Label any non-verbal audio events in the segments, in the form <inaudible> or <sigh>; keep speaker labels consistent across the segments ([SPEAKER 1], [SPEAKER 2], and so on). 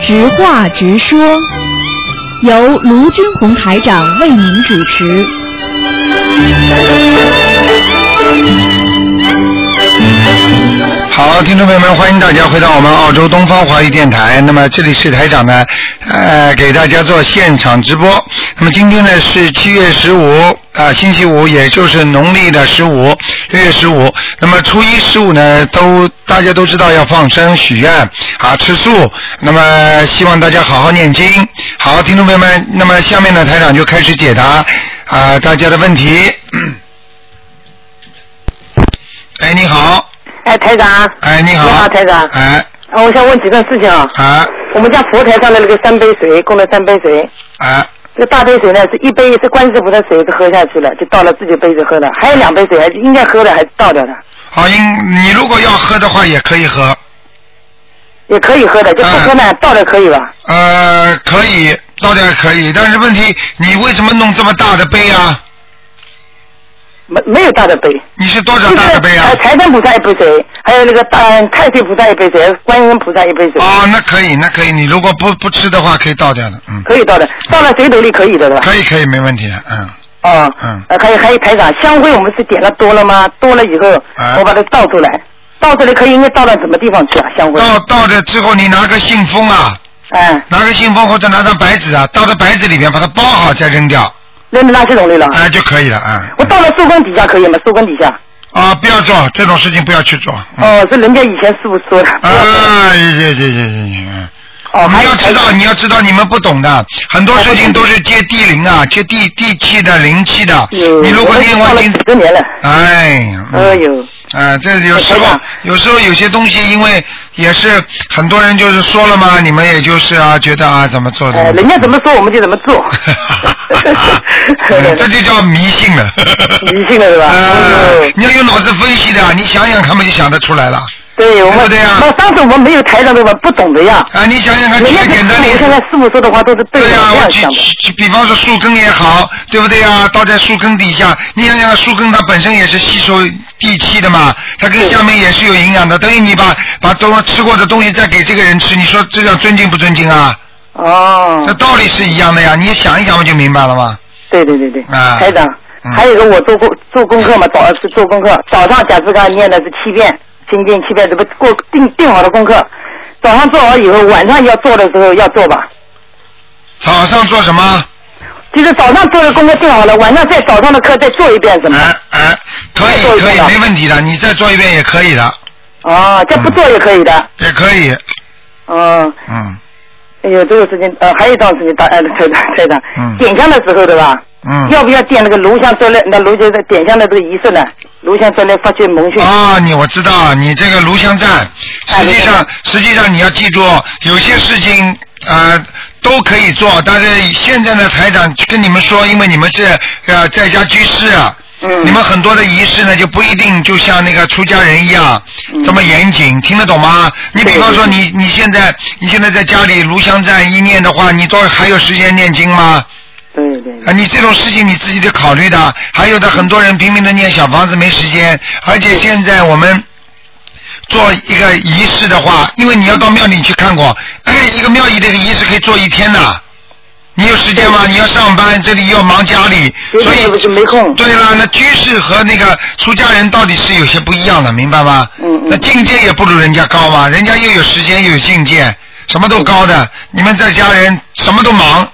[SPEAKER 1] 直话直说，由卢军红台长为您主持。
[SPEAKER 2] 好，听众朋友们，欢迎大家回到我们澳洲东方华语电台。那么这里是台长呢，呃，给大家做现场直播。那么今天呢是七月十五啊，星期五，也就是农历的十五，六月十五。那么初一、十五呢，都大家都知道要放生、许愿啊，吃素。那么希望大家好好念经。好，听众朋友们，那么下面呢，台长就开始解答啊大家的问题。哎，你好。
[SPEAKER 3] 哎，台长。
[SPEAKER 2] 哎，你好。
[SPEAKER 3] 你好，台长。
[SPEAKER 2] 哎。
[SPEAKER 3] 啊，我想问几件事情啊。
[SPEAKER 2] 啊。
[SPEAKER 3] 我们家佛台上的那个三杯水，供了三杯水。
[SPEAKER 2] 啊。
[SPEAKER 3] 这个大杯水呢，是一杯是观世菩萨水都喝下去了，就倒了自己杯子喝了，还有两杯水还应该喝的还是倒掉的，
[SPEAKER 2] 好，应你如果要喝的话，也可以喝。
[SPEAKER 3] 也可以喝的，就不喝呢，倒掉可以吧？
[SPEAKER 2] 呃，可以，倒点可以，但是问题，你为什么弄这么大的杯啊？
[SPEAKER 3] 没没有大的杯。
[SPEAKER 2] 你是多少大的杯啊？
[SPEAKER 3] 就是呃财神菩萨一杯水，还有那个大太岁菩萨一杯水，观音菩萨一杯水，
[SPEAKER 2] 哦，那可以，那可以，你如果不不吃的话，可以倒掉的，嗯，
[SPEAKER 3] 可以倒的，倒了水斗里可以的，是吧？
[SPEAKER 2] 可以可以，没问题的，嗯。
[SPEAKER 3] 哦，
[SPEAKER 2] 嗯，
[SPEAKER 3] 呃，还有还有台长，香灰我们是点了多了吗？多了以后，
[SPEAKER 2] 啊
[SPEAKER 3] 我把它倒出来，倒出来可以应该倒到什么地方去啊？香灰？
[SPEAKER 2] 倒倒着之后，你拿个信封啊，
[SPEAKER 3] 嗯，
[SPEAKER 2] 拿个信封或者拿张白纸啊，倒到白纸里面把它包好再扔掉，
[SPEAKER 3] 扔到垃圾桶里了。
[SPEAKER 2] 哎、就可以了，啊、
[SPEAKER 3] 嗯我倒到树根底下可以吗？树根底下。
[SPEAKER 2] 啊，不要做这种事情，不要去做。嗯、
[SPEAKER 3] 哦，是人家以前师傅说的。
[SPEAKER 2] 啊，对对对对对，嗯。
[SPEAKER 3] 哦，还
[SPEAKER 2] 你
[SPEAKER 3] 有
[SPEAKER 2] 要知
[SPEAKER 3] 台
[SPEAKER 2] 道，
[SPEAKER 3] 长
[SPEAKER 2] 你要知道，你们不懂的，很多事情都是接地灵啊，接地地气的灵气的。
[SPEAKER 3] 有
[SPEAKER 2] 你如果念
[SPEAKER 3] 我
[SPEAKER 2] 完
[SPEAKER 3] 都
[SPEAKER 2] 经
[SPEAKER 3] 倒了几，十年了。
[SPEAKER 2] 哎，
[SPEAKER 3] 哎
[SPEAKER 2] 嗯，
[SPEAKER 3] 呦，
[SPEAKER 2] 啊，这有时
[SPEAKER 3] 台
[SPEAKER 2] 候
[SPEAKER 3] 长，
[SPEAKER 2] 有时候有些东西，因为也是很多人就是说了嘛，你们也就是啊，觉得啊，怎么做
[SPEAKER 3] 呃，
[SPEAKER 2] 的？。
[SPEAKER 3] 人家 <laughs> 怎么说我们就怎么做
[SPEAKER 2] <laughs> 嗯这就叫迷信了。
[SPEAKER 3] 迷信了
[SPEAKER 2] <laughs>
[SPEAKER 3] <laughs> 是吧？
[SPEAKER 2] 啊
[SPEAKER 3] 哎呦，
[SPEAKER 2] 你要有脑子分析的，你想想看嘛，就想得出来了。
[SPEAKER 3] 对，我
[SPEAKER 2] 对
[SPEAKER 3] 们
[SPEAKER 2] 不对啊
[SPEAKER 3] 那上次我们没有台长的话，不懂的呀。
[SPEAKER 2] 啊，你想想看，
[SPEAKER 3] 人
[SPEAKER 2] 举
[SPEAKER 3] 家
[SPEAKER 2] 个
[SPEAKER 3] 是
[SPEAKER 2] 简
[SPEAKER 3] 师
[SPEAKER 2] 单例
[SPEAKER 3] 傅，
[SPEAKER 2] 子
[SPEAKER 3] 现。在师傅说的话都是对的，
[SPEAKER 2] 对呀、
[SPEAKER 3] 这
[SPEAKER 2] 我
[SPEAKER 3] 样
[SPEAKER 2] 举
[SPEAKER 3] 想的。
[SPEAKER 2] 举比方说树根也好，对不对呀、倒在树根底下，你想想树根它本身也是吸收地气的嘛，它跟下面也是有营养的。等于你把把东吃过的东西再给这个人吃，你说这叫尊敬不尊敬啊？
[SPEAKER 3] 哦
[SPEAKER 2] 这，道理是一样的呀，你想一想不就明白了吗？
[SPEAKER 3] 对对对对，
[SPEAKER 2] 啊
[SPEAKER 3] 台长，
[SPEAKER 2] 嗯
[SPEAKER 3] 还有一个我做功做功课嘛，早是做功课，早上贾志刚念的是七遍心经七遍，这不过定定好的功课，早上做好以后，晚上要做的时候要做吧。
[SPEAKER 2] 早上做什么？
[SPEAKER 3] 就是早上做的功课定好了，晚上在早上的课再做一遍，什么？
[SPEAKER 2] 哎哎，可以
[SPEAKER 3] 嗯做一
[SPEAKER 2] 可
[SPEAKER 3] 遍啊
[SPEAKER 2] 以，
[SPEAKER 3] 吧
[SPEAKER 2] 没问题的，你再做一遍也可以的，
[SPEAKER 3] 哦，这不做也可以的。
[SPEAKER 2] 也可以，
[SPEAKER 3] 哦，
[SPEAKER 2] 啊嗯
[SPEAKER 3] 哎呦，这个事情呃，还有一桩事情，大呃，台长台长，
[SPEAKER 2] 嗯
[SPEAKER 3] 点香的时候对吧？
[SPEAKER 2] 嗯。
[SPEAKER 3] 要不要点那个炉香之类，那炉就是点香的这个仪式呢？炉香之类发掘蒙讯。
[SPEAKER 2] 啊，你我知道，你这个炉香站，实际上、
[SPEAKER 3] 哎
[SPEAKER 2] 实际上你要记住，有些事情呃都可以做，但是现在的台长跟你们说，因为你们是呃在家居士啊。
[SPEAKER 3] 嗯
[SPEAKER 2] 你们很多的仪式呢，就不一定就像那个出家人一样、这么严谨，听得懂吗？你比方说你，你现在你现在在家里炉香站一念的话，你都还有时间念经吗？
[SPEAKER 3] 对对。
[SPEAKER 2] 啊，你这种事情你自己得考虑的。还有的很多人拼命的念小房子没时间，而且现在我们做一个仪式的话，因为你要到庙里去看过，哎一个庙里的仪式可以做一天的。你有时间吗？你要上班，这里又要忙家里，所以
[SPEAKER 3] 不是没空。
[SPEAKER 2] 对了，那居士和那个出家人到底是有些不一样的，明白吗？
[SPEAKER 3] 嗯嗯
[SPEAKER 2] 那境界也不如人家高嘛，人家又有时间又有境界，什么都高的。你们在家人什么都忙，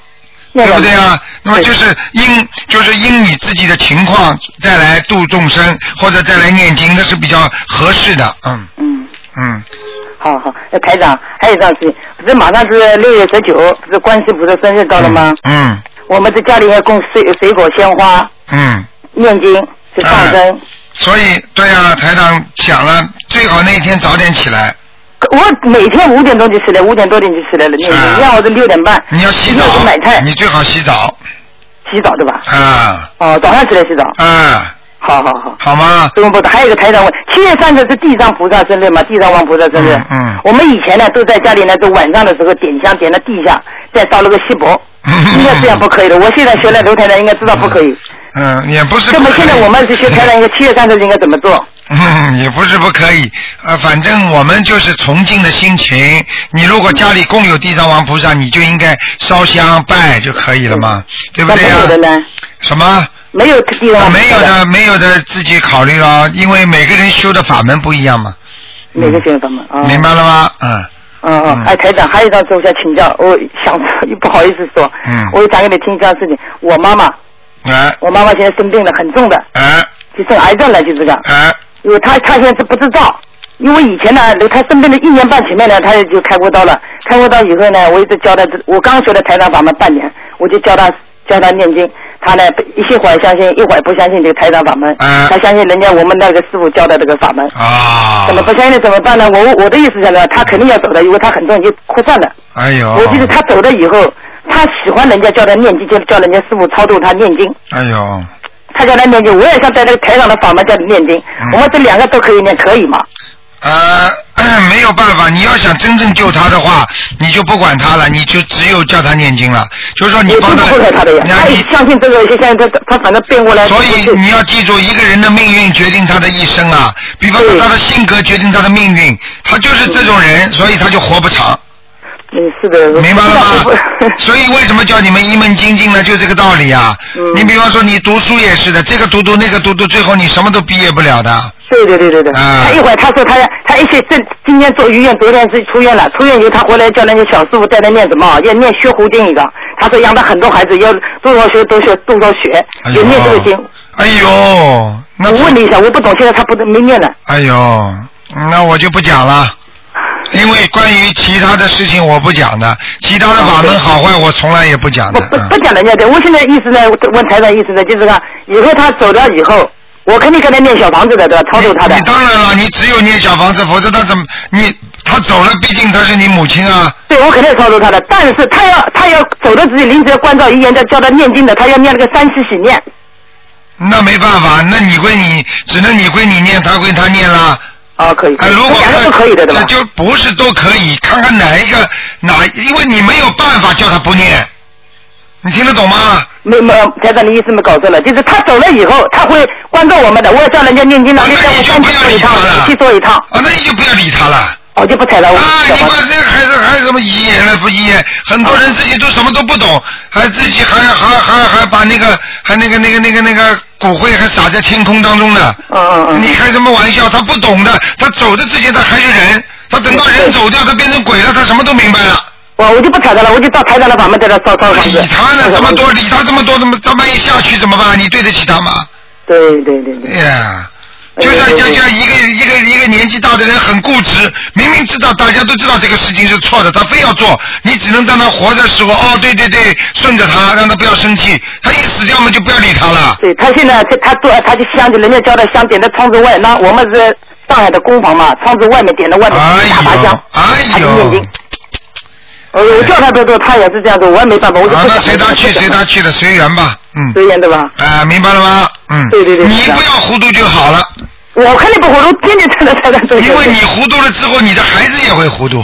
[SPEAKER 3] 那
[SPEAKER 2] 对
[SPEAKER 3] 个
[SPEAKER 2] 不对啊？那么
[SPEAKER 3] 对
[SPEAKER 2] 就是因就是因你自己的情况再来度众生，或者再来念经，那是比较合适的。嗯
[SPEAKER 3] 嗯，
[SPEAKER 2] 嗯，
[SPEAKER 3] 好好，那台长还有一桩事情，不是马上是六月十九，不是观世菩萨生日到了吗？
[SPEAKER 2] 嗯
[SPEAKER 3] 我们在家里要供水水果、鲜花、
[SPEAKER 2] 嗯，
[SPEAKER 3] 念经去放生。
[SPEAKER 2] 所以对啊，台长想了，最好那一天早点起来，
[SPEAKER 3] 可我每天五点钟就起来，五点多点就起来了念经，
[SPEAKER 2] 啊
[SPEAKER 3] 你让我是六点半。
[SPEAKER 2] 你要洗
[SPEAKER 3] 一定
[SPEAKER 2] 澡
[SPEAKER 3] 去买菜，
[SPEAKER 2] 你最好洗澡
[SPEAKER 3] 洗澡对吧？
[SPEAKER 2] 啊
[SPEAKER 3] 哦，早上起来洗澡。
[SPEAKER 2] 啊，
[SPEAKER 3] 好好好。
[SPEAKER 2] 好吗？
[SPEAKER 3] 不用不懂，还有一个台长问，七月三十是地藏菩萨生日嘛？地藏王菩萨生日。
[SPEAKER 2] 嗯嗯
[SPEAKER 3] 我们以前呢，都在家里呢，都晚上的时候点香，点到地下，再烧了个锡箔。 <laughs> 应该这样不可以的。我现在学了刘台长，应该知道不可以。
[SPEAKER 2] <laughs> 嗯，也不是
[SPEAKER 3] 那
[SPEAKER 2] 不
[SPEAKER 3] 么
[SPEAKER 2] 可以。
[SPEAKER 3] 现在我们是学台长，应该七月三十应该怎么做？
[SPEAKER 2] 嗯，也不是不可以，呃，反正我们就是崇敬的心情。你如果家里供有地藏王菩萨，你就应该烧香拜就可以了嘛，对不
[SPEAKER 3] 嗯那
[SPEAKER 2] 对
[SPEAKER 3] 没有的
[SPEAKER 2] 呀、
[SPEAKER 3] 呢？
[SPEAKER 2] 什么？
[SPEAKER 3] 没有地
[SPEAKER 2] 啊
[SPEAKER 3] 方。
[SPEAKER 2] 没有的，没有的，自己考虑了，因为每个人修的法门不一样嘛，
[SPEAKER 3] 每个地方嘛。哦
[SPEAKER 2] 明白了吗？嗯，
[SPEAKER 3] 嗯
[SPEAKER 2] 嗯
[SPEAKER 3] 嗯，哎，台长，还有一张事我想请教，我想 <laughs> 又不好意思说，
[SPEAKER 2] 嗯
[SPEAKER 3] 我想给你听一件事情。我妈妈，
[SPEAKER 2] 哎
[SPEAKER 3] 我妈妈现在生病了，很重的，
[SPEAKER 2] 哎
[SPEAKER 3] 就生癌症了，就这个。
[SPEAKER 2] 哎，
[SPEAKER 3] 因为她她现在是不知道，因为以前呢，她生病的一年半前面呢，她就开过刀了。开过刀以后呢，我一直教她，我刚学的台长法门半年，我就教她教她念经，她呢一会儿相信，一会儿不相信这个台长法门，
[SPEAKER 2] 嗯
[SPEAKER 3] 她相信人家我们那个师傅教的这个法门。
[SPEAKER 2] 啊，
[SPEAKER 3] 怎么不相信怎么办呢？我我的意思讲呢，她肯定要走的，因为她很重，已经扩散了。
[SPEAKER 2] 哎呦，
[SPEAKER 3] 尤其是他走了以后，他喜欢人家叫他念经，就叫人家师傅超度他念经。
[SPEAKER 2] 哎呦，
[SPEAKER 3] 他叫他念经，我也想在这个台上的法门叫你念经。
[SPEAKER 2] 嗯
[SPEAKER 3] 我们这两个都可以念，可以吗？
[SPEAKER 2] 呃， <clears throat> 没有办法，你要想真正救他的话，你就不管他了，你就只有叫他念经了。就是说你
[SPEAKER 3] 也
[SPEAKER 2] 帮
[SPEAKER 3] 不
[SPEAKER 2] 他，
[SPEAKER 3] 后来他的呀，哎
[SPEAKER 2] 那
[SPEAKER 3] 他也
[SPEAKER 2] 你
[SPEAKER 3] 相信这个，也相信他，他反正变过来。
[SPEAKER 2] 所以你要记住，一个人的命运决定他的一生啊。比方说
[SPEAKER 3] 对
[SPEAKER 2] 他的性格决定他的命运，他就是这种人，所以他就活不长，
[SPEAKER 3] 嗯，是的， <laughs> 我
[SPEAKER 2] 明白了吗
[SPEAKER 3] 不知道？
[SPEAKER 2] <laughs> 所以为什么叫你们一门精进呢？就这个道理啊
[SPEAKER 3] 嗯。
[SPEAKER 2] 你比方说你读书也是的，这个读读那个读读，最后你什么都毕业不了的。
[SPEAKER 3] 对对对对对，
[SPEAKER 2] 啊
[SPEAKER 3] 他一会儿他说他他一些这今天做医院，昨天是出院了，出院以后他回来叫那些小师傅带他念什么啊，要念学湖经一个，他说养了很多孩子，要多少学多少多少学，
[SPEAKER 2] 哎
[SPEAKER 3] 有
[SPEAKER 2] 呦
[SPEAKER 3] 念这个经。，
[SPEAKER 2] 哎呦，那
[SPEAKER 3] 我问你一下，我不懂，现在他不没念了。
[SPEAKER 2] 哎呦，那我就不讲了，因为关于其他的事情我不讲的，其他
[SPEAKER 3] 啊
[SPEAKER 2] 的法门好坏我从来也不讲
[SPEAKER 3] 不 <laughs>
[SPEAKER 2] 的。
[SPEAKER 3] 不不
[SPEAKER 2] 嗯
[SPEAKER 3] 讲人家的，我现在意思呢，我问台长意思呢，就是看以后他走了以后，我肯定跟他念小房子的，对吧？超度他的
[SPEAKER 2] 你。当然了，你只有念小房子，否则他怎么你他走了，毕竟他是你母亲啊。
[SPEAKER 3] 对，我肯定超度他的，但是他要他要走的自己临时要关照遗言，再教他念经的，他要念那个三七喜念。
[SPEAKER 2] 那没办法，那你归你，只能你归你念，他归他念啦。
[SPEAKER 3] 啊，可以。
[SPEAKER 2] 啊，如果
[SPEAKER 3] 两
[SPEAKER 2] 看
[SPEAKER 3] 个都可以的，对
[SPEAKER 2] 那
[SPEAKER 3] 吧？
[SPEAKER 2] 就不是都可以，看看哪一个哪，因为你没有办法叫他不念，你听得懂吗？
[SPEAKER 3] 没没，台长，你意思没搞错了，就是他走了以后，他会关照我们的，我要叫人家念经的，
[SPEAKER 2] 啊
[SPEAKER 3] 就叫
[SPEAKER 2] 那
[SPEAKER 3] 我
[SPEAKER 2] 你就
[SPEAKER 3] 三
[SPEAKER 2] 不
[SPEAKER 3] 七
[SPEAKER 2] 要
[SPEAKER 3] 做一
[SPEAKER 2] 理他
[SPEAKER 3] 趟，
[SPEAKER 2] 了
[SPEAKER 3] 七做一趟，
[SPEAKER 2] 啊，那你就不要理他了。
[SPEAKER 3] 我就不睬哎了。我
[SPEAKER 2] 啊，
[SPEAKER 3] 小
[SPEAKER 2] 你
[SPEAKER 3] 房
[SPEAKER 2] 把
[SPEAKER 3] 子
[SPEAKER 2] 这还是还什么遗言了不遗言？很多人自己都什么都不懂，还自己还还还还把那个还那个那个那个那个骨灰还撒在天空当中呢。
[SPEAKER 3] 嗯嗯嗯。
[SPEAKER 2] 你开什么玩笑？他不懂的，他走的之前他还是人，他等到人走掉，他变成鬼了，他什么都明白了。
[SPEAKER 3] 我我就不睬他了，我就到台长的法门在这烧烧房子。
[SPEAKER 2] 理他呢
[SPEAKER 3] 烧
[SPEAKER 2] 这
[SPEAKER 3] 小
[SPEAKER 2] 么
[SPEAKER 3] 房子
[SPEAKER 2] 多，理他这么多，怎么他万一下去怎么办？你对得起他吗？
[SPEAKER 3] 对对对对，
[SPEAKER 2] 哎呀，就像就像一个
[SPEAKER 3] 哎
[SPEAKER 2] 一个一个年纪大的人很固执，明明知道大家都知道这个事情是错的，他非要做，你只能当他活着时候，哦，对对对，顺着他，让他不要生气，他一死掉我们就不要理他了。
[SPEAKER 3] 对他现在他他做他就箱子，人家交代箱点在窗子外，那我们是上海的工房嘛，窗子外面点的外面
[SPEAKER 2] 哎
[SPEAKER 3] 大麻
[SPEAKER 2] 呦
[SPEAKER 3] 香，，
[SPEAKER 2] 哎
[SPEAKER 3] 他就念
[SPEAKER 2] 呦
[SPEAKER 3] 经，。我我哎叫他多做，他也是这样做，我也没办法，我就
[SPEAKER 2] 啊，
[SPEAKER 3] 不
[SPEAKER 2] 那
[SPEAKER 3] 想
[SPEAKER 2] 随他去，随他去的，随缘吧，嗯，
[SPEAKER 3] 随缘对吧？
[SPEAKER 2] 啊，明白了吗？嗯，
[SPEAKER 3] 对对对
[SPEAKER 2] 你
[SPEAKER 3] 是的
[SPEAKER 2] 不要糊涂就好了，
[SPEAKER 3] 我肯定不糊涂，天天在那在那做。
[SPEAKER 2] 因为你糊涂了之后，你的孩子也会糊涂。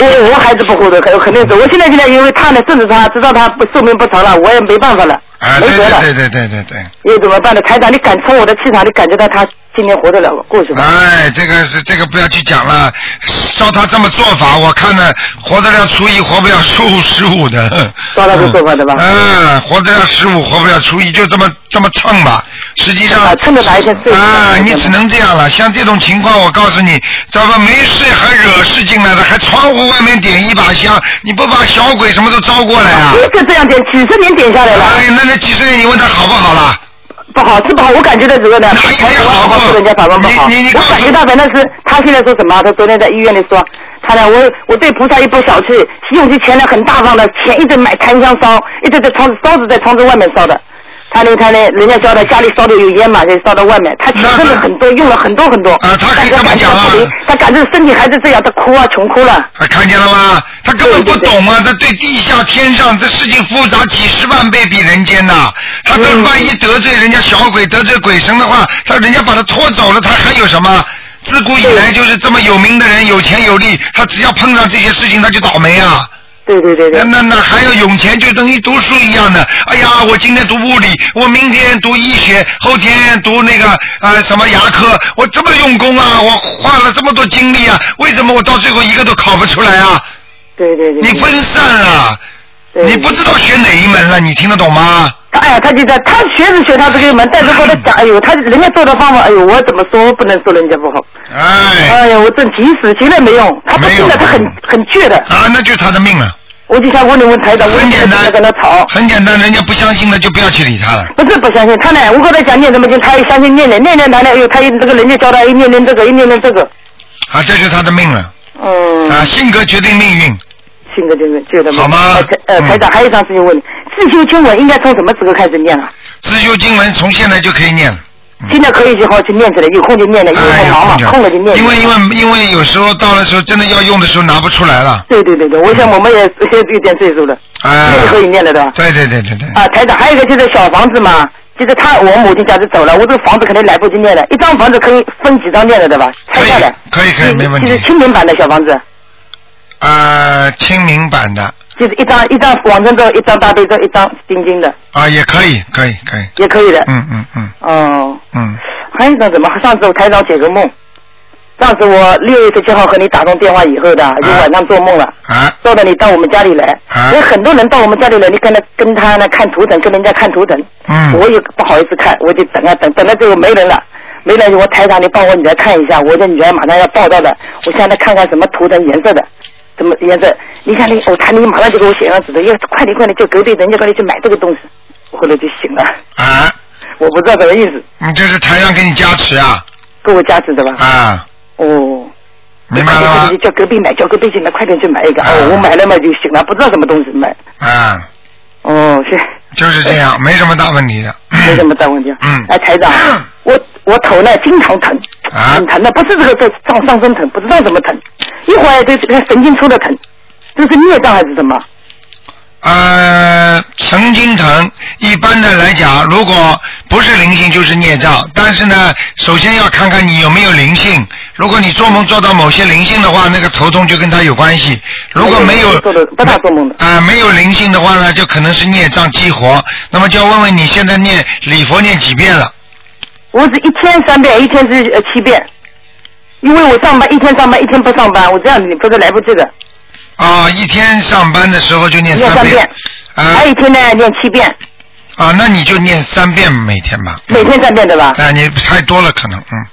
[SPEAKER 3] 我我孩子不糊涂，肯肯定是。我现在现在因为他呢，甚至他知道他不寿命不长了，我也没办法了，
[SPEAKER 2] <laughs> 啊，
[SPEAKER 3] 没
[SPEAKER 2] 对
[SPEAKER 3] 辙了，
[SPEAKER 2] 对对对对对对。
[SPEAKER 3] 又怎么办呢？台长，你敢从我的气场，你感觉到他今年活得了过去吗？
[SPEAKER 2] 哎，这个是这个不要去讲了，照他这么做法，我看呢，活得了初一，活不了初十五的。
[SPEAKER 3] 照他这做法对吧
[SPEAKER 2] 嗯，活得了十五，活不了初一，就这么这么唱吧。实际上
[SPEAKER 3] 啊，趁着哪一天最
[SPEAKER 2] 啊，你只能这样了。像这种情况，我告诉你，咱们没事还惹事进来的，还窗户外面点一把香，你不把小鬼什么都招过来
[SPEAKER 3] <laughs>
[SPEAKER 2] 啊？
[SPEAKER 3] 一个这样点，几十年点下来了，
[SPEAKER 2] 哎，那那几十年你问他好不好啦？
[SPEAKER 3] 不好是不好，我感觉到这个呢，
[SPEAKER 2] 哪一天好
[SPEAKER 3] 我
[SPEAKER 2] 过
[SPEAKER 3] 告诉人家法官不好，
[SPEAKER 2] 你你你告
[SPEAKER 3] 我
[SPEAKER 2] 诉
[SPEAKER 3] 感觉到反正是他现在说什么啊，他昨天在医院里说，他呢我我对菩萨也不小气，用起钱呢很大方的，钱一直买檀香烧，一直在窗子烧纸在窗子外面烧的。他呢，他呢，人家烧的家里烧的有烟嘛，就烧到外面。他钱
[SPEAKER 2] 那
[SPEAKER 3] 真的
[SPEAKER 2] 他
[SPEAKER 3] 很多，用了很多很多。
[SPEAKER 2] 啊他可以
[SPEAKER 3] 但
[SPEAKER 2] 这
[SPEAKER 3] 是
[SPEAKER 2] 么
[SPEAKER 3] 感觉
[SPEAKER 2] 讲啊
[SPEAKER 3] 不灵他感觉身体还是这样，他哭啊，穷哭了。
[SPEAKER 2] 啊，看见了吗？他根本不懂啊，他对地下天上这事情复杂几十万倍比人间呐、他这
[SPEAKER 3] 嗯
[SPEAKER 2] 万一得罪人家小鬼、得罪鬼神的话，他人家把他拖走了，他还有什么？自古以来就是这么有名的人，有钱有利，他只要碰上这些事情，他就倒霉啊！
[SPEAKER 3] 对对对对
[SPEAKER 2] 那，那那还要涌钱，就等于读书一样的。哎呀，我今天读物理，我明天读医学，后天读那个呃什么牙科，我这么用功啊，我花了这么多精力啊，为什么我到最后一个都考不出来啊？
[SPEAKER 3] 对对对，
[SPEAKER 2] 你分散了，
[SPEAKER 3] 对
[SPEAKER 2] 你不知道学哪一门了，你听得懂吗？
[SPEAKER 3] 他哎呀，他就在他学是学他这个门，但是跟他讲，哎呦，他人家做的方法，哎呦，我怎么说不能说人家不好？
[SPEAKER 2] 哎，
[SPEAKER 3] 哎呀，我真急死，急了没用，他不
[SPEAKER 2] 没有
[SPEAKER 3] 听的，他很
[SPEAKER 2] 用
[SPEAKER 3] 很倔的。
[SPEAKER 2] 啊，那就是他的命了，
[SPEAKER 3] 我就想问你问台呃长，我
[SPEAKER 2] 很
[SPEAKER 3] 也
[SPEAKER 2] 简
[SPEAKER 3] 不
[SPEAKER 2] 单
[SPEAKER 3] 能跟他吵，，
[SPEAKER 2] 很简单，人家不相信的就不要去理他了。
[SPEAKER 3] 不是不相信他呢，我跟他讲念什么经，他也相信念念念念他呢，哎呦，他一这个人家教他，一念念这个，一念念这个，
[SPEAKER 2] 啊，这是他的命了
[SPEAKER 3] 嗯，
[SPEAKER 2] 啊，性格决定命运。
[SPEAKER 3] 性格就是倔的嘛。
[SPEAKER 2] 好吗
[SPEAKER 3] 哎台呃，
[SPEAKER 2] 嗯
[SPEAKER 3] 台长还有一张事情问你，自修经文应该从什么时候开始念啊？
[SPEAKER 2] 自修经文从现在就可以念了。嗯
[SPEAKER 3] 现在可以就好去念起来，有空就念了，有
[SPEAKER 2] 哎
[SPEAKER 3] 空
[SPEAKER 2] 有
[SPEAKER 3] 忙
[SPEAKER 2] 空
[SPEAKER 3] 嘛，空了就念。
[SPEAKER 2] 因为因为因为有时候到了时候真的要用的时候拿不出来了，
[SPEAKER 3] 对对对对，我想我们也有点岁数了，
[SPEAKER 2] 哎、
[SPEAKER 3] 那个可以念了的。
[SPEAKER 2] 对对对对对，
[SPEAKER 3] 啊，台长，还有一个就是小房子嘛，就是他我母亲家就走了，我这个房子肯定来不及念了，一张房子可以分几张念了对吧？拆
[SPEAKER 2] 可以
[SPEAKER 3] 下来。
[SPEAKER 2] 可以可以
[SPEAKER 3] 就
[SPEAKER 2] 没问
[SPEAKER 3] 就是
[SPEAKER 2] 题。
[SPEAKER 3] 清明版的小房子，
[SPEAKER 2] 呃，清明版的
[SPEAKER 3] 就是一张一张往生咒，一张大悲咒，一张心经的
[SPEAKER 2] 啊也可以可以可以，
[SPEAKER 3] 也可以的。
[SPEAKER 2] 嗯嗯嗯
[SPEAKER 3] 哦，
[SPEAKER 2] 嗯，
[SPEAKER 3] 还有一张怎么？上次我台长解个梦，上次我六月十七号和你打通电话以后的，
[SPEAKER 2] 嗯
[SPEAKER 3] 就晚上做梦了。
[SPEAKER 2] 啊
[SPEAKER 3] 说的你到我们家里来，
[SPEAKER 2] 啊
[SPEAKER 3] 有很多人到我们家里来，你跟他跟他呢看图腾，跟人家看图腾，
[SPEAKER 2] 嗯
[SPEAKER 3] 我也不好意思看，我就等啊等，等到最后没人了，没人我台长你帮我女儿看一下，我的女儿马上要报道的，我现在看看什么图腾颜色的，什么颜色？你看你，我、他你马上就给我写上纸的，要快点快点，就给对人家快点去买这个东西，后来就醒了，
[SPEAKER 2] 啊，
[SPEAKER 3] 我不知道什么意思，
[SPEAKER 2] 你这是台上给你加持啊
[SPEAKER 3] 给我加持的吧？
[SPEAKER 2] 啊，
[SPEAKER 3] 哦。
[SPEAKER 2] 明白了
[SPEAKER 3] <laughs>
[SPEAKER 2] 吗
[SPEAKER 3] 就？叫隔壁买，叫隔壁去买，快点去买一个。
[SPEAKER 2] 啊
[SPEAKER 3] 哦，我买了嘛就行了，不知道什么东西买。
[SPEAKER 2] 啊，
[SPEAKER 3] 哦，是。
[SPEAKER 2] 就是这样，没什么大问题的。
[SPEAKER 3] 没什么大问题。
[SPEAKER 2] 嗯
[SPEAKER 3] 哎，台长，我我头呢经常疼，
[SPEAKER 2] 啊
[SPEAKER 3] 很疼的，不是这个这上上身疼，不知道怎么疼，一会儿这这个神经出的疼，这是孽障还是什么？
[SPEAKER 2] 呃，神经疼，一般的来讲，如果不是灵性就是孽障，但是呢，首先要看看你有没有灵性。如果你做梦做到某些灵性的话，那个头痛就跟它有关系。如果没有
[SPEAKER 3] 做的不大做梦的。
[SPEAKER 2] 啊、没有灵性的话呢，就可能是孽障激活。那么就要问问你现在念礼佛念几遍了？
[SPEAKER 3] 我是一天三遍，一天是呃七遍，因为我上班一天上班一天不上班，我这样你不是来不及的，
[SPEAKER 2] 啊、一天上班的时候就念
[SPEAKER 3] 念
[SPEAKER 2] 三
[SPEAKER 3] 三
[SPEAKER 2] 遍
[SPEAKER 3] 遍。哎
[SPEAKER 2] 啊
[SPEAKER 3] 还有一天呢念七遍，
[SPEAKER 2] 啊、那你就念三遍每天吧。
[SPEAKER 3] 每天三遍对吧？
[SPEAKER 2] 啊、你太多了可能，嗯，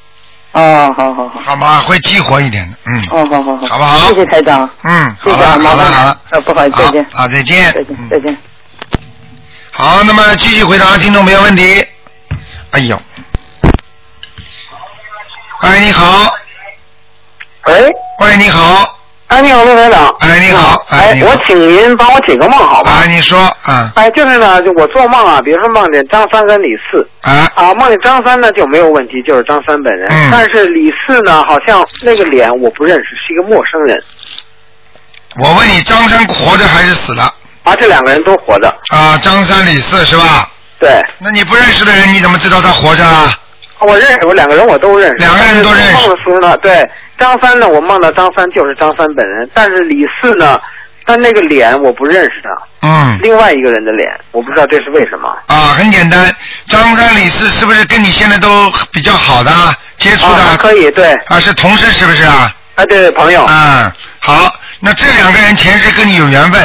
[SPEAKER 3] 哦，好好好。
[SPEAKER 2] 好吗？会激活一点的，嗯。
[SPEAKER 3] 哦，好好好，
[SPEAKER 2] 好不好
[SPEAKER 3] 谢谢台长，
[SPEAKER 2] 嗯，
[SPEAKER 3] 谢
[SPEAKER 2] 好
[SPEAKER 3] 谢
[SPEAKER 2] 了，
[SPEAKER 3] 啊，
[SPEAKER 2] 好
[SPEAKER 3] 麻
[SPEAKER 2] 了，
[SPEAKER 3] 烦
[SPEAKER 2] 好
[SPEAKER 3] 了
[SPEAKER 2] 了，，
[SPEAKER 3] 呃，不好意思，再见，
[SPEAKER 2] 好，再见，
[SPEAKER 3] 再见，再
[SPEAKER 2] 嗯，
[SPEAKER 3] 见。
[SPEAKER 2] 好，那么继续回答听众朋友问题。哎呦，哎，你好，
[SPEAKER 4] 喂，
[SPEAKER 2] 喂，你好，
[SPEAKER 4] 哎，你好，陆台长。
[SPEAKER 2] 哎你好哎
[SPEAKER 4] 哎，
[SPEAKER 2] 你好
[SPEAKER 4] 我请您帮我解个梦，好吧？
[SPEAKER 2] 啊，你说，啊
[SPEAKER 4] 哎，就是呢，就我做梦啊，比如说梦见张三跟李四
[SPEAKER 2] 啊，
[SPEAKER 4] 啊，梦见张三呢就没有问题，就是张三本人。
[SPEAKER 2] 嗯
[SPEAKER 4] 但是李四呢，好像那个脸我不认识，是一个陌生人。
[SPEAKER 2] 我问你，张三活着还是死了？
[SPEAKER 4] 啊，这两个人都活着。
[SPEAKER 2] 啊，张三李四是吧？
[SPEAKER 4] 对，
[SPEAKER 2] 那你不认识的人，你怎么知道他活着啊？
[SPEAKER 4] 我认识，我两个人我都认识。
[SPEAKER 2] 两个人都认识
[SPEAKER 4] 但是做梦的时候呢，对张三呢，我梦到张三就是张三本人，但是李四呢，但那个脸我不认识他，
[SPEAKER 2] 嗯，
[SPEAKER 4] 另外一个人的脸，我不知道这是为什么。
[SPEAKER 2] 啊，很简单，张三李四是不是跟你现在都比较好的啊接触的
[SPEAKER 4] 啊，还
[SPEAKER 2] 啊？
[SPEAKER 4] 可以，对，
[SPEAKER 2] 啊，是同事是不是啊？
[SPEAKER 4] 哎，对对，朋友。
[SPEAKER 2] 啊，好，那这两个人前世跟你有缘分，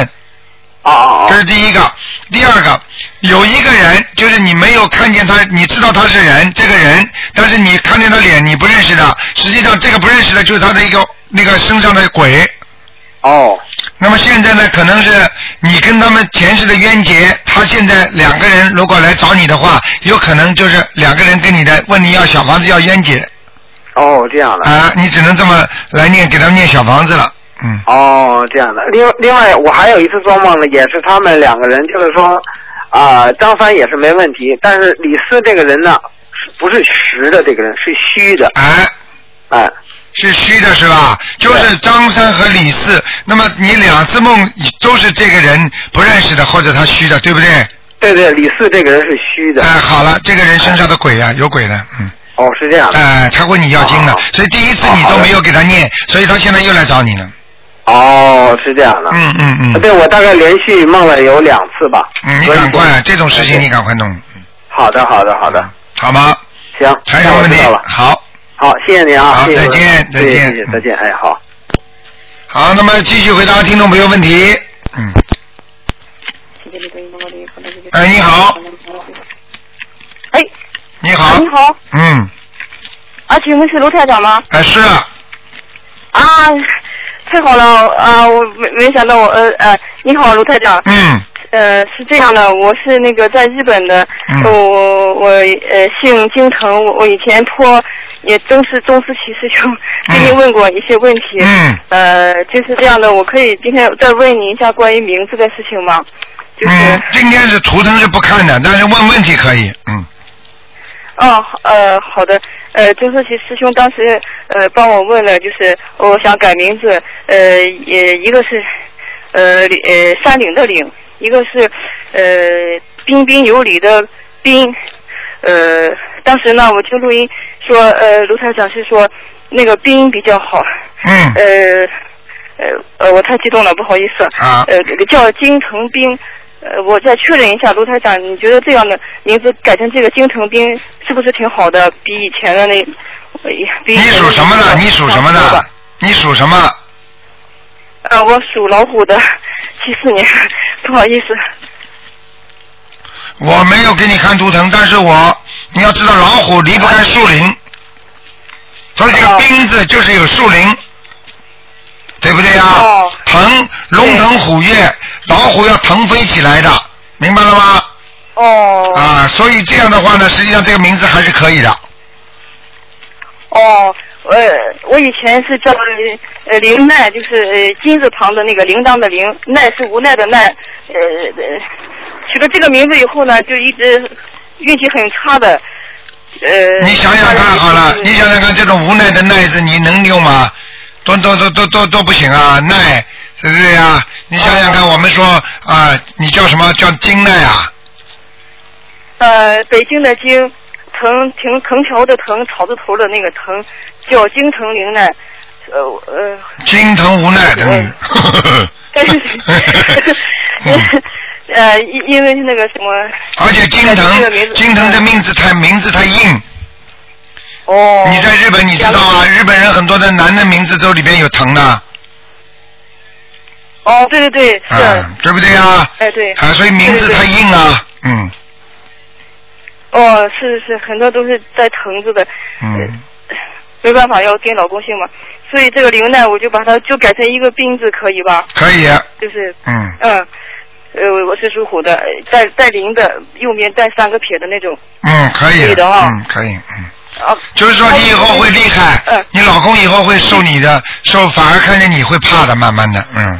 [SPEAKER 4] 哦哦
[SPEAKER 2] 这
[SPEAKER 4] 哦，
[SPEAKER 2] 是第一个。第二个，有一个人就是你没有看见他，你知道他是人，这个人，但是你看见他脸你不认识的，实际上这个不认识的就是他的一个那个身上的鬼。
[SPEAKER 4] 哦，
[SPEAKER 2] 那么现在呢，可能是你跟他们前世的冤结，他现在两个人如果来找你的话，有可能就是两个人跟你的问你要小房子要冤结
[SPEAKER 4] 哦，这样的，
[SPEAKER 2] 啊，你只能这么来念，给他们念小房子了，嗯。
[SPEAKER 4] 哦，这样的。另另外，我还有一次做梦呢，也是他们两个人，就是说，啊、张三也是没问题，但是李四这个人呢，是不是实的，这个人是虚的，
[SPEAKER 2] 哎，
[SPEAKER 4] 哎，
[SPEAKER 2] 是虚的是吧？就是张三和李四，那么你两次梦都是这个人不认识的或者他虚的，对不对？
[SPEAKER 4] 对对，李四这个人是虚的
[SPEAKER 2] 哎，，好了，这个人身上的鬼啊，有鬼的，嗯，
[SPEAKER 4] 哦，是这样的，
[SPEAKER 2] 哎，他问你要经了
[SPEAKER 4] 哦，
[SPEAKER 2] 所以第一次你都没有给他念，所以他现在又来找你了，
[SPEAKER 4] 哦，是这样的。
[SPEAKER 2] 嗯嗯嗯，
[SPEAKER 4] 啊对，我大概连续梦了有两次吧。
[SPEAKER 2] 嗯，你
[SPEAKER 4] 所以哎
[SPEAKER 2] 赶快，这种事情你赶快弄，
[SPEAKER 4] 好的，好的，好的，
[SPEAKER 2] 好吗？
[SPEAKER 4] 行，
[SPEAKER 2] 台
[SPEAKER 4] 那
[SPEAKER 2] 长
[SPEAKER 4] 我
[SPEAKER 2] 问
[SPEAKER 4] 知
[SPEAKER 2] 题
[SPEAKER 4] 道了。
[SPEAKER 2] 好，
[SPEAKER 4] 好，谢谢您啊。
[SPEAKER 2] 好
[SPEAKER 4] 谢谢
[SPEAKER 2] 再见
[SPEAKER 4] 您
[SPEAKER 2] 再见
[SPEAKER 4] 谢谢谢谢再见，哎，好。
[SPEAKER 2] 好，那么继续回答听众朋友问题。嗯，哎，你好，
[SPEAKER 5] 哎，
[SPEAKER 2] 你好，
[SPEAKER 5] 你好，
[SPEAKER 2] 嗯，
[SPEAKER 5] 啊，请问是卢台长吗？
[SPEAKER 2] 哎，是啊，
[SPEAKER 5] 啊，太好了啊！我没没想到我呃呃，你好，卢台长，
[SPEAKER 2] 嗯，
[SPEAKER 5] 呃，是这样的，我是那个在日本的，
[SPEAKER 2] 嗯
[SPEAKER 5] 我我呃姓金藤，我我以前托也正是宗师奇师兄
[SPEAKER 2] 嗯
[SPEAKER 5] 跟您问过一些问题，
[SPEAKER 2] 嗯，
[SPEAKER 5] 呃，就是这样的，我可以今天再问您一下关于名字的事情吗？就是。
[SPEAKER 2] 嗯，今天是图腾是不看的，但是问问题可以，嗯，
[SPEAKER 5] 哦，呃，好的，呃，周世奇师兄当时呃帮我问了，就是我想改名字，呃，也一个是呃领呃山岭的岭，一个是呃彬彬有礼的彬，呃，当时呢我就录音说，呃，卢台长是说那个彬比较好，
[SPEAKER 2] 嗯，
[SPEAKER 5] 呃呃呃，我太激动了，不好意思，
[SPEAKER 2] 啊，
[SPEAKER 5] 呃，这个叫金城兵。呃，我再确认一下，卢台长，你觉得这样的名字改成这个金城兵是不是挺好的？比以前的那，呃比
[SPEAKER 2] 你
[SPEAKER 5] 以前的
[SPEAKER 2] 属什么
[SPEAKER 5] 那
[SPEAKER 2] 的？
[SPEAKER 5] 个
[SPEAKER 2] 你属什么
[SPEAKER 5] 差不多
[SPEAKER 2] 的
[SPEAKER 5] 吧？
[SPEAKER 2] 你属什么？
[SPEAKER 5] 呃，我属老虎的，七四年， <laughs> 不好意思。
[SPEAKER 2] 我没有给你看图腾，但是我你要知道，老虎离不开树林，所以这个
[SPEAKER 5] 哦
[SPEAKER 2] 冰字就是有树林，对不对呀、
[SPEAKER 5] 哦
[SPEAKER 2] 腾龙腾虎跃，老虎要腾飞起来的，明白了吗？
[SPEAKER 5] 哦、
[SPEAKER 2] 啊，所以这样的话呢，实际上这个名字还是可以的。
[SPEAKER 5] 哦，呃，我以前是叫呃林奈，就是呃金字旁的那个铃铛的铃，奈是无奈的奈，呃呃，取了这个名字以后呢，就一直运气很差的，呃。
[SPEAKER 2] 你想想看好了，
[SPEAKER 5] 就是
[SPEAKER 2] 你想想看，这种无奈的奈字你能用吗？都都都都都都不行啊，奈，对不对呀、你想想
[SPEAKER 5] 哦
[SPEAKER 2] 看，我们说啊、你叫什么叫金奈啊？
[SPEAKER 5] 呃，北京的京，藤藤藤条的藤，草字头的那个藤，叫京城铃奈，呃呃，
[SPEAKER 2] 金藤无奈嗯等于。 <laughs>
[SPEAKER 5] 但是 <laughs>
[SPEAKER 2] 嗯，
[SPEAKER 5] 呃，因因为那个什么，
[SPEAKER 2] 而且金
[SPEAKER 5] 这个
[SPEAKER 2] 藤
[SPEAKER 5] 名字
[SPEAKER 2] 金藤的名字太名字太硬，
[SPEAKER 5] 哦。
[SPEAKER 2] 你在日本你知道吗？日本人很多的男的名字都里边有藤的，啊、
[SPEAKER 5] 哦，对对对，是。
[SPEAKER 2] 对不对啊？
[SPEAKER 5] 哎，对，
[SPEAKER 2] 啊，所以名字太硬啊，嗯
[SPEAKER 5] 哦，是是，很多都是带藤子的，
[SPEAKER 2] 嗯，
[SPEAKER 5] 没办法要跟老公姓嘛，所以这个玲呢，我就把它就改成一个斌字可以吧？
[SPEAKER 2] 可以，
[SPEAKER 5] 就是，
[SPEAKER 2] 嗯，
[SPEAKER 5] 嗯，呃，我是属虎的，带带林的，右面带三个撇的那种，
[SPEAKER 2] 嗯，可以
[SPEAKER 5] 可以的啊
[SPEAKER 2] 嗯，可以，嗯。
[SPEAKER 5] 啊，
[SPEAKER 2] 就是说你以后会厉害，
[SPEAKER 5] 嗯
[SPEAKER 2] 你老公以后会受你的受，反而看见你会怕的，慢慢的，嗯。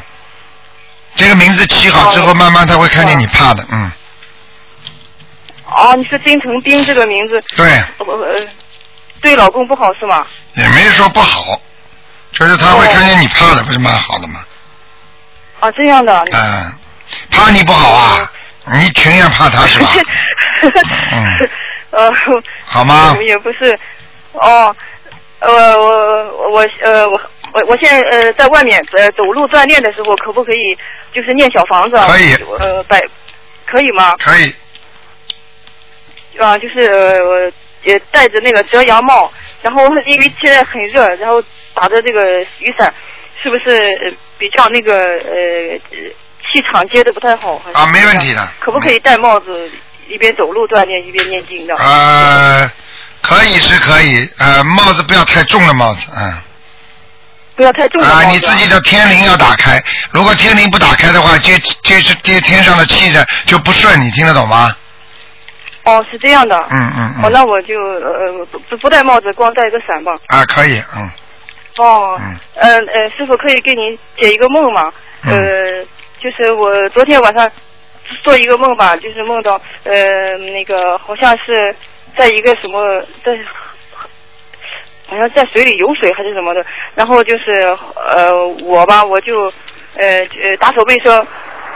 [SPEAKER 2] 这个名字起好之后，
[SPEAKER 5] 哦
[SPEAKER 2] 慢慢他会看见你怕的，嗯，
[SPEAKER 5] 哦，你说金城斌这个名字，
[SPEAKER 2] 对，
[SPEAKER 5] 呃，呃对老公不好是吗？
[SPEAKER 2] 也没说不好，就是他会看见你怕的，不是蛮好的吗？
[SPEAKER 5] 啊，这样的，
[SPEAKER 2] 嗯，怕你不好啊，你全然怕他是
[SPEAKER 5] <laughs>
[SPEAKER 2] 吧？ <laughs> 嗯
[SPEAKER 5] 呃，
[SPEAKER 2] 好吗？
[SPEAKER 5] 也不是，哦，呃，我我呃我我我现在呃在外面呃走路锻炼的时候，可不可以就是念小房子啊？
[SPEAKER 2] 可以
[SPEAKER 5] 呃，百可以吗？
[SPEAKER 2] 可以，
[SPEAKER 5] 啊，就是呃我也戴着那个遮阳帽，然后因为现在很热，然后打着这个雨伞，是不是呃比较那个呃气场接的不太好？还是
[SPEAKER 2] 啊没问题的
[SPEAKER 5] 可不可以戴帽子一边走路锻炼一边念经的？
[SPEAKER 2] 呃，可以是可以，呃，帽子不要太重的帽子，嗯。
[SPEAKER 5] 不要太重的帽
[SPEAKER 2] 啊，
[SPEAKER 5] 子
[SPEAKER 2] 你自己的天灵要打开，如果天灵不打开的话，接接是接天上的气的就不顺，你听得懂吗？
[SPEAKER 5] 哦，是这样的。
[SPEAKER 2] 嗯嗯
[SPEAKER 5] 哦，
[SPEAKER 2] 嗯。
[SPEAKER 5] 那我就呃不不不戴帽子，光戴一个伞吧。
[SPEAKER 2] 啊，可以，嗯，
[SPEAKER 5] 哦，
[SPEAKER 2] 嗯
[SPEAKER 5] 呃呃，师傅可以给您解一个梦吗？
[SPEAKER 2] 嗯
[SPEAKER 5] 呃，就是我昨天晚上做一个梦吧，就是梦到呃那个好像是在一个什么在。好像在水里游水还是什么的，然后就是呃我吧，我就呃呃打扫卫生，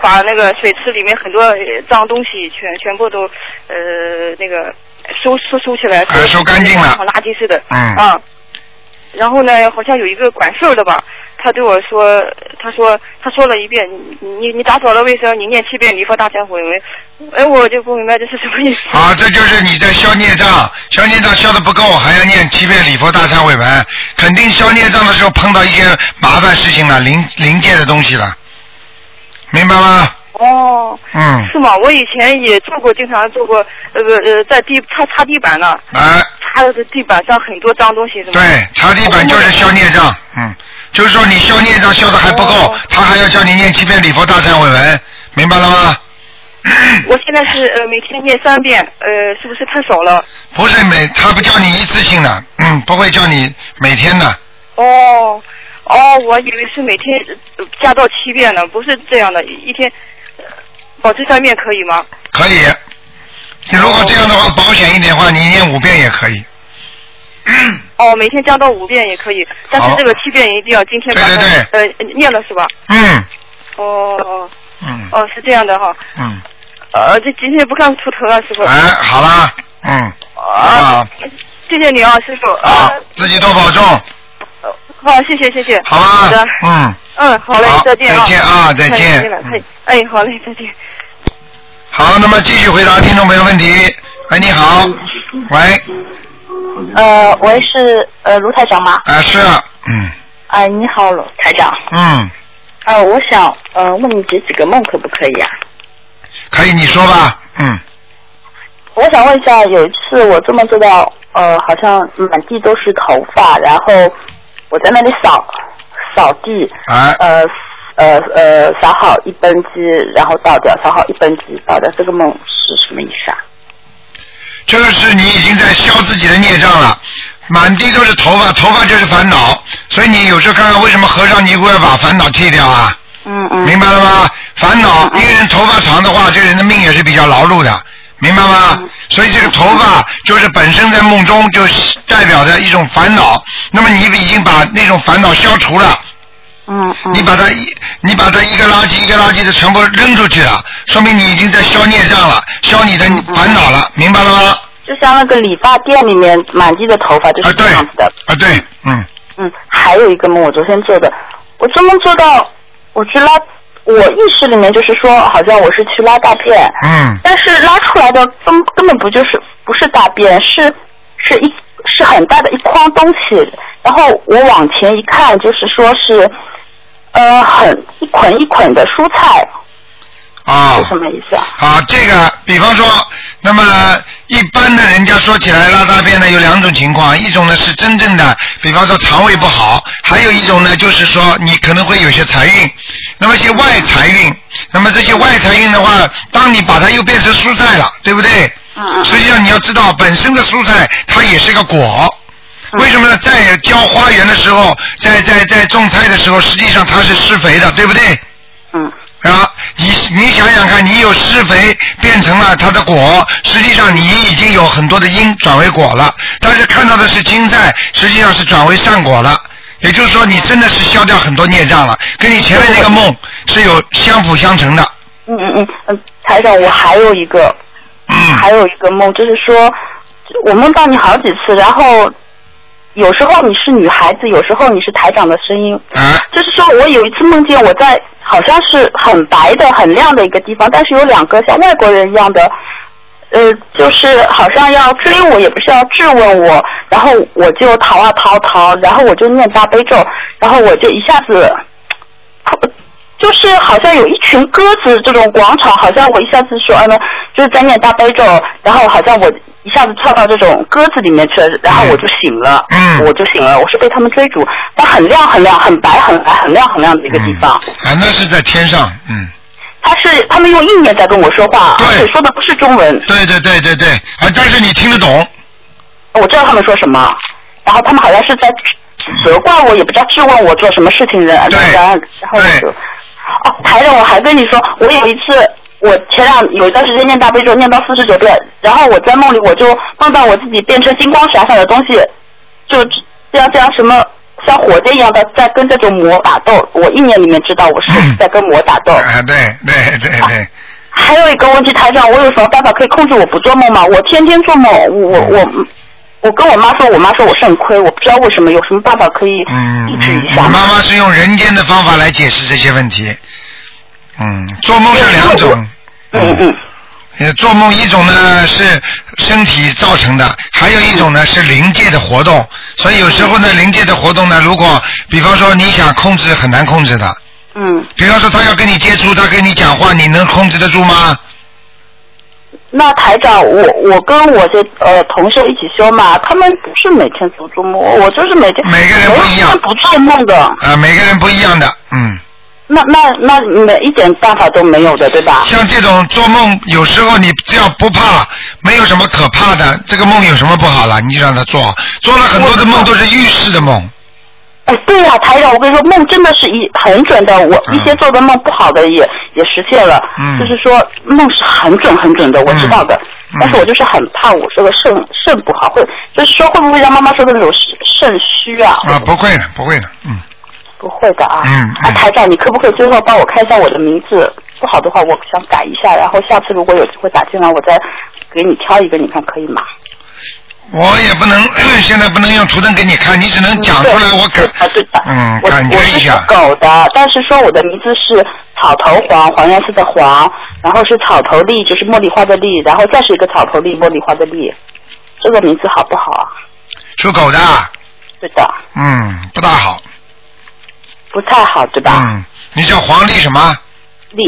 [SPEAKER 5] 把那个水池里面很多呃脏东西全全部都呃那个收收收起来，
[SPEAKER 2] 啊收干净了
[SPEAKER 5] 像垃圾似的，
[SPEAKER 2] 嗯
[SPEAKER 5] 啊，然后呢，好像有一个管事儿的吧，他对我说，他说他说了一遍，你你你打扫了卫生，你念七遍礼佛大忏悔文，哎，我就不明白这是什么意思。
[SPEAKER 2] 啊，这就是你在消孽障，消孽障消的不够，还要念七遍礼佛大忏悔文，肯定消孽障的时候碰到一些麻烦事情了，灵灵界的东西了，明白吗？
[SPEAKER 5] 哦，
[SPEAKER 2] 嗯，
[SPEAKER 5] 是吗？我以前也做过，经常做过，呃呃，在地擦擦地板呢，
[SPEAKER 2] 哎，
[SPEAKER 5] 擦的地板上很多脏东西，是吗？
[SPEAKER 2] 对，擦地板就是消孽障，嗯，就是说你消孽障消的还不够
[SPEAKER 5] 哦，
[SPEAKER 2] 他还要叫你念七遍礼佛大忏悔文，明白了吗？ <clears throat>
[SPEAKER 5] 我现在是呃每天念三遍，呃，是不是太少了？
[SPEAKER 2] 不是每他不叫你一次性的，嗯，不会叫你每天的，
[SPEAKER 5] 哦，哦，我以为是每天呃加到七遍呢，不是这样的，一天呃保持三遍可以吗？
[SPEAKER 2] 可以。你如果这样的话，保险一点的话，你念五遍也可以。
[SPEAKER 5] 哦，每天加到五遍也可以，但
[SPEAKER 2] 好
[SPEAKER 5] 是这个七遍一定要今天把它
[SPEAKER 2] 对对
[SPEAKER 5] 呃念了是吧？
[SPEAKER 2] 嗯
[SPEAKER 5] 哦哦
[SPEAKER 2] 嗯
[SPEAKER 5] 哦，是这样的哈，
[SPEAKER 2] 嗯，
[SPEAKER 5] 呃，这今天不看图腾了，啊师傅。
[SPEAKER 2] 哎，好啦，嗯，
[SPEAKER 5] 啊，谢谢你啊，师傅。
[SPEAKER 2] 好，自己多保重，
[SPEAKER 5] 呃好，谢谢谢谢。
[SPEAKER 2] 好
[SPEAKER 5] 好
[SPEAKER 2] 吧
[SPEAKER 5] 的，，
[SPEAKER 2] 嗯。
[SPEAKER 5] 嗯，好嘞
[SPEAKER 2] 好，
[SPEAKER 5] 再见啊。
[SPEAKER 2] 再见啊再见
[SPEAKER 5] 太开心了太哎，好嘞，再见。
[SPEAKER 2] 好，那么继续回答听众朋友问题。喂，你好，喂，
[SPEAKER 3] 呃，喂，是呃卢台长吗？
[SPEAKER 2] 啊是啊，嗯
[SPEAKER 3] 哎、你好，卢台长。
[SPEAKER 2] 嗯，
[SPEAKER 3] 呃，我想呃问你解几个梦可不可以啊？
[SPEAKER 2] 可以，你说吧，嗯，
[SPEAKER 3] 我想问一下，有一次我做梦做到呃好像满地都是头发，然后我在那里扫扫地，
[SPEAKER 2] 啊
[SPEAKER 3] 呃呃呃扫好一奔机，然后倒掉，扫好一奔机倒掉，这个梦是什么意思啊？
[SPEAKER 2] 这个是你已经在消自己的孽障了，满地都是头发，头发就是烦恼，所以你有时候看看为什么和尚尼姑要把烦恼剃掉啊？
[SPEAKER 3] 嗯嗯。
[SPEAKER 2] 明白了吗？烦恼，一个人头发长的话，这个人的命也是比较劳碌的，明白吗？所以这个头发就是本身在梦中就是代表着一种烦恼，那么你已经把那种烦恼消除了。
[SPEAKER 3] 嗯嗯。
[SPEAKER 2] 你把它一，你把它一个垃圾一个垃圾的全部扔出去了，说明你已经在消孽障了，消你的烦恼了，
[SPEAKER 3] 嗯
[SPEAKER 2] 明白了吗？
[SPEAKER 3] 就像那个理发店里面满地的头发就
[SPEAKER 2] 啊
[SPEAKER 3] 是
[SPEAKER 2] 对，
[SPEAKER 3] 这样子的，
[SPEAKER 2] 啊对，嗯，
[SPEAKER 3] 嗯，还有一个梦，我昨天做的，我做梦做到我去拉，我意识里面就是说，好像我是去拉大便，
[SPEAKER 2] 嗯，
[SPEAKER 3] 但是拉出来的根根本不就是不是大便，是是一是很大的一筐东西，然后我往前一看，就是说是呃很一捆一捆的蔬菜，
[SPEAKER 2] 啊
[SPEAKER 3] 是，什么意思啊？
[SPEAKER 2] 好，这个比方说，那么一般的人家说起来拉大便呢，有两种情况，一种呢是真正的，比方说肠胃不好，还有一种呢就是说你可能会有些财运，那么一些外财运，那么这些外财运的话，当你把它又变成蔬菜了，对不对？
[SPEAKER 3] 嗯嗯
[SPEAKER 2] 实际上你要知道，本身的蔬菜它也是个果。为什么呢？在浇花园的时候，在在在种菜的时候，实际上它是施肥的，对不对？
[SPEAKER 3] 嗯
[SPEAKER 2] 啊，你你想想看，你有施肥变成了它的果，实际上你已经有很多的因转为果了，但是看到的是青菜，实际上是转为善果了。也就是说，你真的是消掉很多孽障了，跟你前面那个梦是有相辅相成的。
[SPEAKER 3] 嗯嗯嗯嗯，台长，我还有一个
[SPEAKER 2] 嗯，
[SPEAKER 3] 还有一个梦，就是说我梦到你好几次，然后有时候你是女孩子，有时候你是台长的声音。
[SPEAKER 2] 啊，
[SPEAKER 3] 就是说我有一次梦见我在好像是很白的、很亮的一个地方，但是有两个像外国人一样的。呃，就是好像要追我，也不是要质问我，然后我就逃啊逃逃，然后我就念大悲咒，然后我就一下子就是好像有一群鸽子这种广场，好像我一下子说，嗯，就是在念大悲咒，然后好像我一下子跳到这种鸽子里面去了，然后我就醒了，
[SPEAKER 2] 嗯
[SPEAKER 3] 我就醒了，我是被他们追逐，但很亮很亮，很白很白很亮很亮的一个地方，
[SPEAKER 2] 嗯、啊，那是在天上，嗯，
[SPEAKER 3] 他是他们用意念在跟我说话，
[SPEAKER 2] 对
[SPEAKER 3] 而且说的不是中文，
[SPEAKER 2] 对对对对对，啊，但是你听得懂，
[SPEAKER 3] 我知道他们说什么，然后他们好像是在责怪我，也不知道质问我做什么事情的，
[SPEAKER 2] 对
[SPEAKER 3] 然后然后我就，哦，台长，我还跟你说，我有一次。我前两有一段时间念大悲咒，念到四十九遍，然后我在梦里我就梦到我自己变成金光闪闪的东西，就这样这样什么像火箭一样的在跟这种魔打斗。我意念里面知道我是
[SPEAKER 2] 嗯
[SPEAKER 3] 在跟魔打斗。
[SPEAKER 2] 啊，对对对
[SPEAKER 3] 啊
[SPEAKER 2] 对，嗯
[SPEAKER 3] 还有一个问题，台长，我有什么办法可以控制我不做梦吗？我天天做梦，我我我我跟我妈说，我妈说我肾亏，我不知道为什么，有什么办法可以
[SPEAKER 2] 嗯，
[SPEAKER 3] 抑制
[SPEAKER 2] 嗯
[SPEAKER 3] 一
[SPEAKER 2] 你
[SPEAKER 3] 下？
[SPEAKER 2] 妈妈是用人间的方法来解释这些问题。嗯，做梦是两种。
[SPEAKER 3] 嗯嗯，
[SPEAKER 2] 呃，做梦一种呢是身体造成的，还有一种
[SPEAKER 3] 嗯
[SPEAKER 2] 呢是灵界的活动。所以有时候呢，灵界的活动呢，如果比方说你想控制，很难控制的。
[SPEAKER 3] 嗯，
[SPEAKER 2] 比方说他要跟你接触，他跟你讲话，你能控制得住吗？
[SPEAKER 3] 那台长，我我跟我的呃同事一起修嘛，他们不是每天做做梦，我就是每天
[SPEAKER 2] 每个人不一样
[SPEAKER 3] 我是不做梦的，
[SPEAKER 2] 啊、每个人不一样的，嗯。
[SPEAKER 3] 那那那你们一点办法都没有的，对吧？
[SPEAKER 2] 像这种做梦，有时候你只要不怕，没有什么可怕的，这个梦有什么不好了？你就让他做，做了很多的梦都是预示的梦。
[SPEAKER 3] 哎，对呀、台长，我跟你说，梦真的是一很准的。我
[SPEAKER 2] 嗯
[SPEAKER 3] 一些做的梦不好的也、也实现了，
[SPEAKER 2] 嗯
[SPEAKER 3] 就是说梦是很准很准的，我知道的。
[SPEAKER 2] 嗯
[SPEAKER 3] 但是我就是很怕我这个肾肾不好，会就是说会不会让妈妈说的那种肾肾虚啊？
[SPEAKER 2] 啊，不会的，不会的，嗯。
[SPEAKER 3] 不会的啊。
[SPEAKER 2] 嗯
[SPEAKER 3] 啊，
[SPEAKER 2] 嗯
[SPEAKER 3] 台长，你可不可以最后帮我看一下我的名字？不好的话，我想改一下，然后下次如果有机会打进来，我再给你挑一个，你看可以吗？
[SPEAKER 2] 我也不能 <clears throat> 现在不能用图腾给你看，你只能讲出来我感
[SPEAKER 3] 啊，对的，
[SPEAKER 2] 嗯
[SPEAKER 3] 我
[SPEAKER 2] 感觉一下
[SPEAKER 3] 我是属狗的，但是说我的名字是草头黄，黄颜色的黄，然后是草头丽，就是茉莉花的丽，然后再是一个草头丽，茉莉花的丽，这个名字好不好啊？
[SPEAKER 2] 属狗的，
[SPEAKER 3] 对的，
[SPEAKER 2] 嗯，不大好，
[SPEAKER 3] 不太好，对吧？
[SPEAKER 2] 嗯，你叫黄丽什么？
[SPEAKER 3] 丽，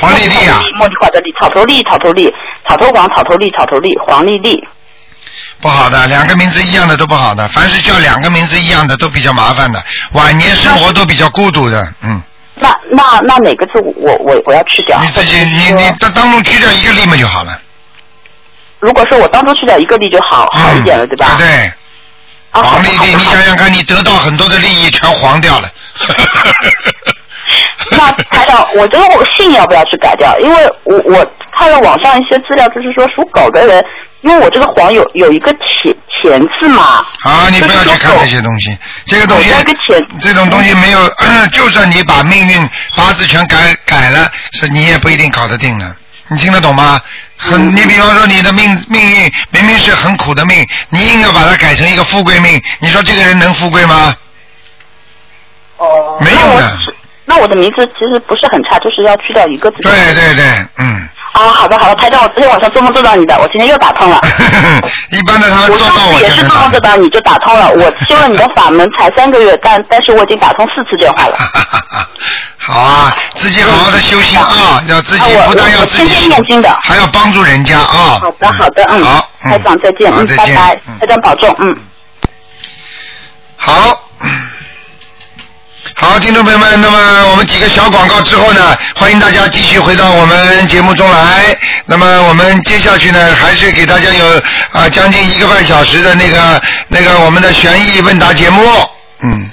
[SPEAKER 2] 黄丽丽啊，
[SPEAKER 3] 茉莉花的丽，草头丽，草头丽，草头黄，草头丽，草头丽，黄丽丽。
[SPEAKER 2] 不好的，两个名字一样的都不好的，凡是叫两个名字一样的都比较麻烦的，晚年生活都比较孤独的，嗯，
[SPEAKER 3] 那那那哪个字我我我我要去掉？
[SPEAKER 2] 你自己
[SPEAKER 3] 或者
[SPEAKER 2] 你
[SPEAKER 3] 是
[SPEAKER 2] 你
[SPEAKER 3] 说
[SPEAKER 2] 当当中去掉一个丽嘛就好了，
[SPEAKER 3] 如果说我当中去掉一个丽就好好一点了，
[SPEAKER 2] 嗯
[SPEAKER 3] 对吧？
[SPEAKER 2] 对对，
[SPEAKER 3] 啊，好
[SPEAKER 2] 黄
[SPEAKER 3] 的
[SPEAKER 2] 丽
[SPEAKER 3] 好的
[SPEAKER 2] 丽，你
[SPEAKER 3] 好的
[SPEAKER 2] 想想看，你得到很多的利益全黄掉了。
[SPEAKER 3] <laughs> 那台
[SPEAKER 2] <laughs>
[SPEAKER 3] 长，我觉得我姓要不要去改掉？因为我我看了网上一些资料，就是说属狗的人，因为我这个黄有有一个田田字嘛，
[SPEAKER 2] 啊，你不要去看这些东西，这个东西
[SPEAKER 3] 我在跟前，
[SPEAKER 2] 这种东西没有， <clears throat> 就算你把命运八字全改改了，是你也不一定搞得定的。你听得懂吗？很，
[SPEAKER 3] 嗯
[SPEAKER 2] 你比方说你的命命运明明是很苦的命，你硬要把它改成一个富贵命，你说这个人能富贵吗？
[SPEAKER 3] 哦
[SPEAKER 2] 没有
[SPEAKER 3] 那我
[SPEAKER 2] 的
[SPEAKER 3] 只那我的名字其实不是很差，就是要去掉一个字。
[SPEAKER 2] 对对对，嗯，
[SPEAKER 3] 啊，好的好的，台长，我昨天晚上做梦做到你的，我今天又打通了。
[SPEAKER 2] 一般的他们 <laughs>
[SPEAKER 3] 我
[SPEAKER 2] 做到
[SPEAKER 3] 上
[SPEAKER 2] 我
[SPEAKER 3] 次也
[SPEAKER 2] 才
[SPEAKER 3] 是
[SPEAKER 2] 能
[SPEAKER 3] 做梦
[SPEAKER 2] 打
[SPEAKER 3] 做到你就打通了，我修了你的法门才三个月，但但是我已经打通四次
[SPEAKER 2] <laughs>
[SPEAKER 3] 电话了。
[SPEAKER 2] <laughs> 好啊，自己好好的修行啊，要自己
[SPEAKER 3] 啊我
[SPEAKER 2] 不但要自己
[SPEAKER 3] 我天
[SPEAKER 2] 修
[SPEAKER 3] 天念经的
[SPEAKER 2] 还要帮助人家啊。
[SPEAKER 3] 好的好的，嗯，
[SPEAKER 2] 好，嗯
[SPEAKER 3] 台长再见，
[SPEAKER 2] 好
[SPEAKER 3] 嗯，
[SPEAKER 2] 再
[SPEAKER 3] 拜
[SPEAKER 2] 见
[SPEAKER 3] 拜，
[SPEAKER 2] 嗯
[SPEAKER 3] 台长保重，嗯。
[SPEAKER 2] 好。好，听众朋友们，那么我们几个小广告之后呢，欢迎大家继续回到我们节目中来。那么我们接下去呢，还是给大家有啊、将近一个半小时的那个那个我们的悬疑问答节目。嗯。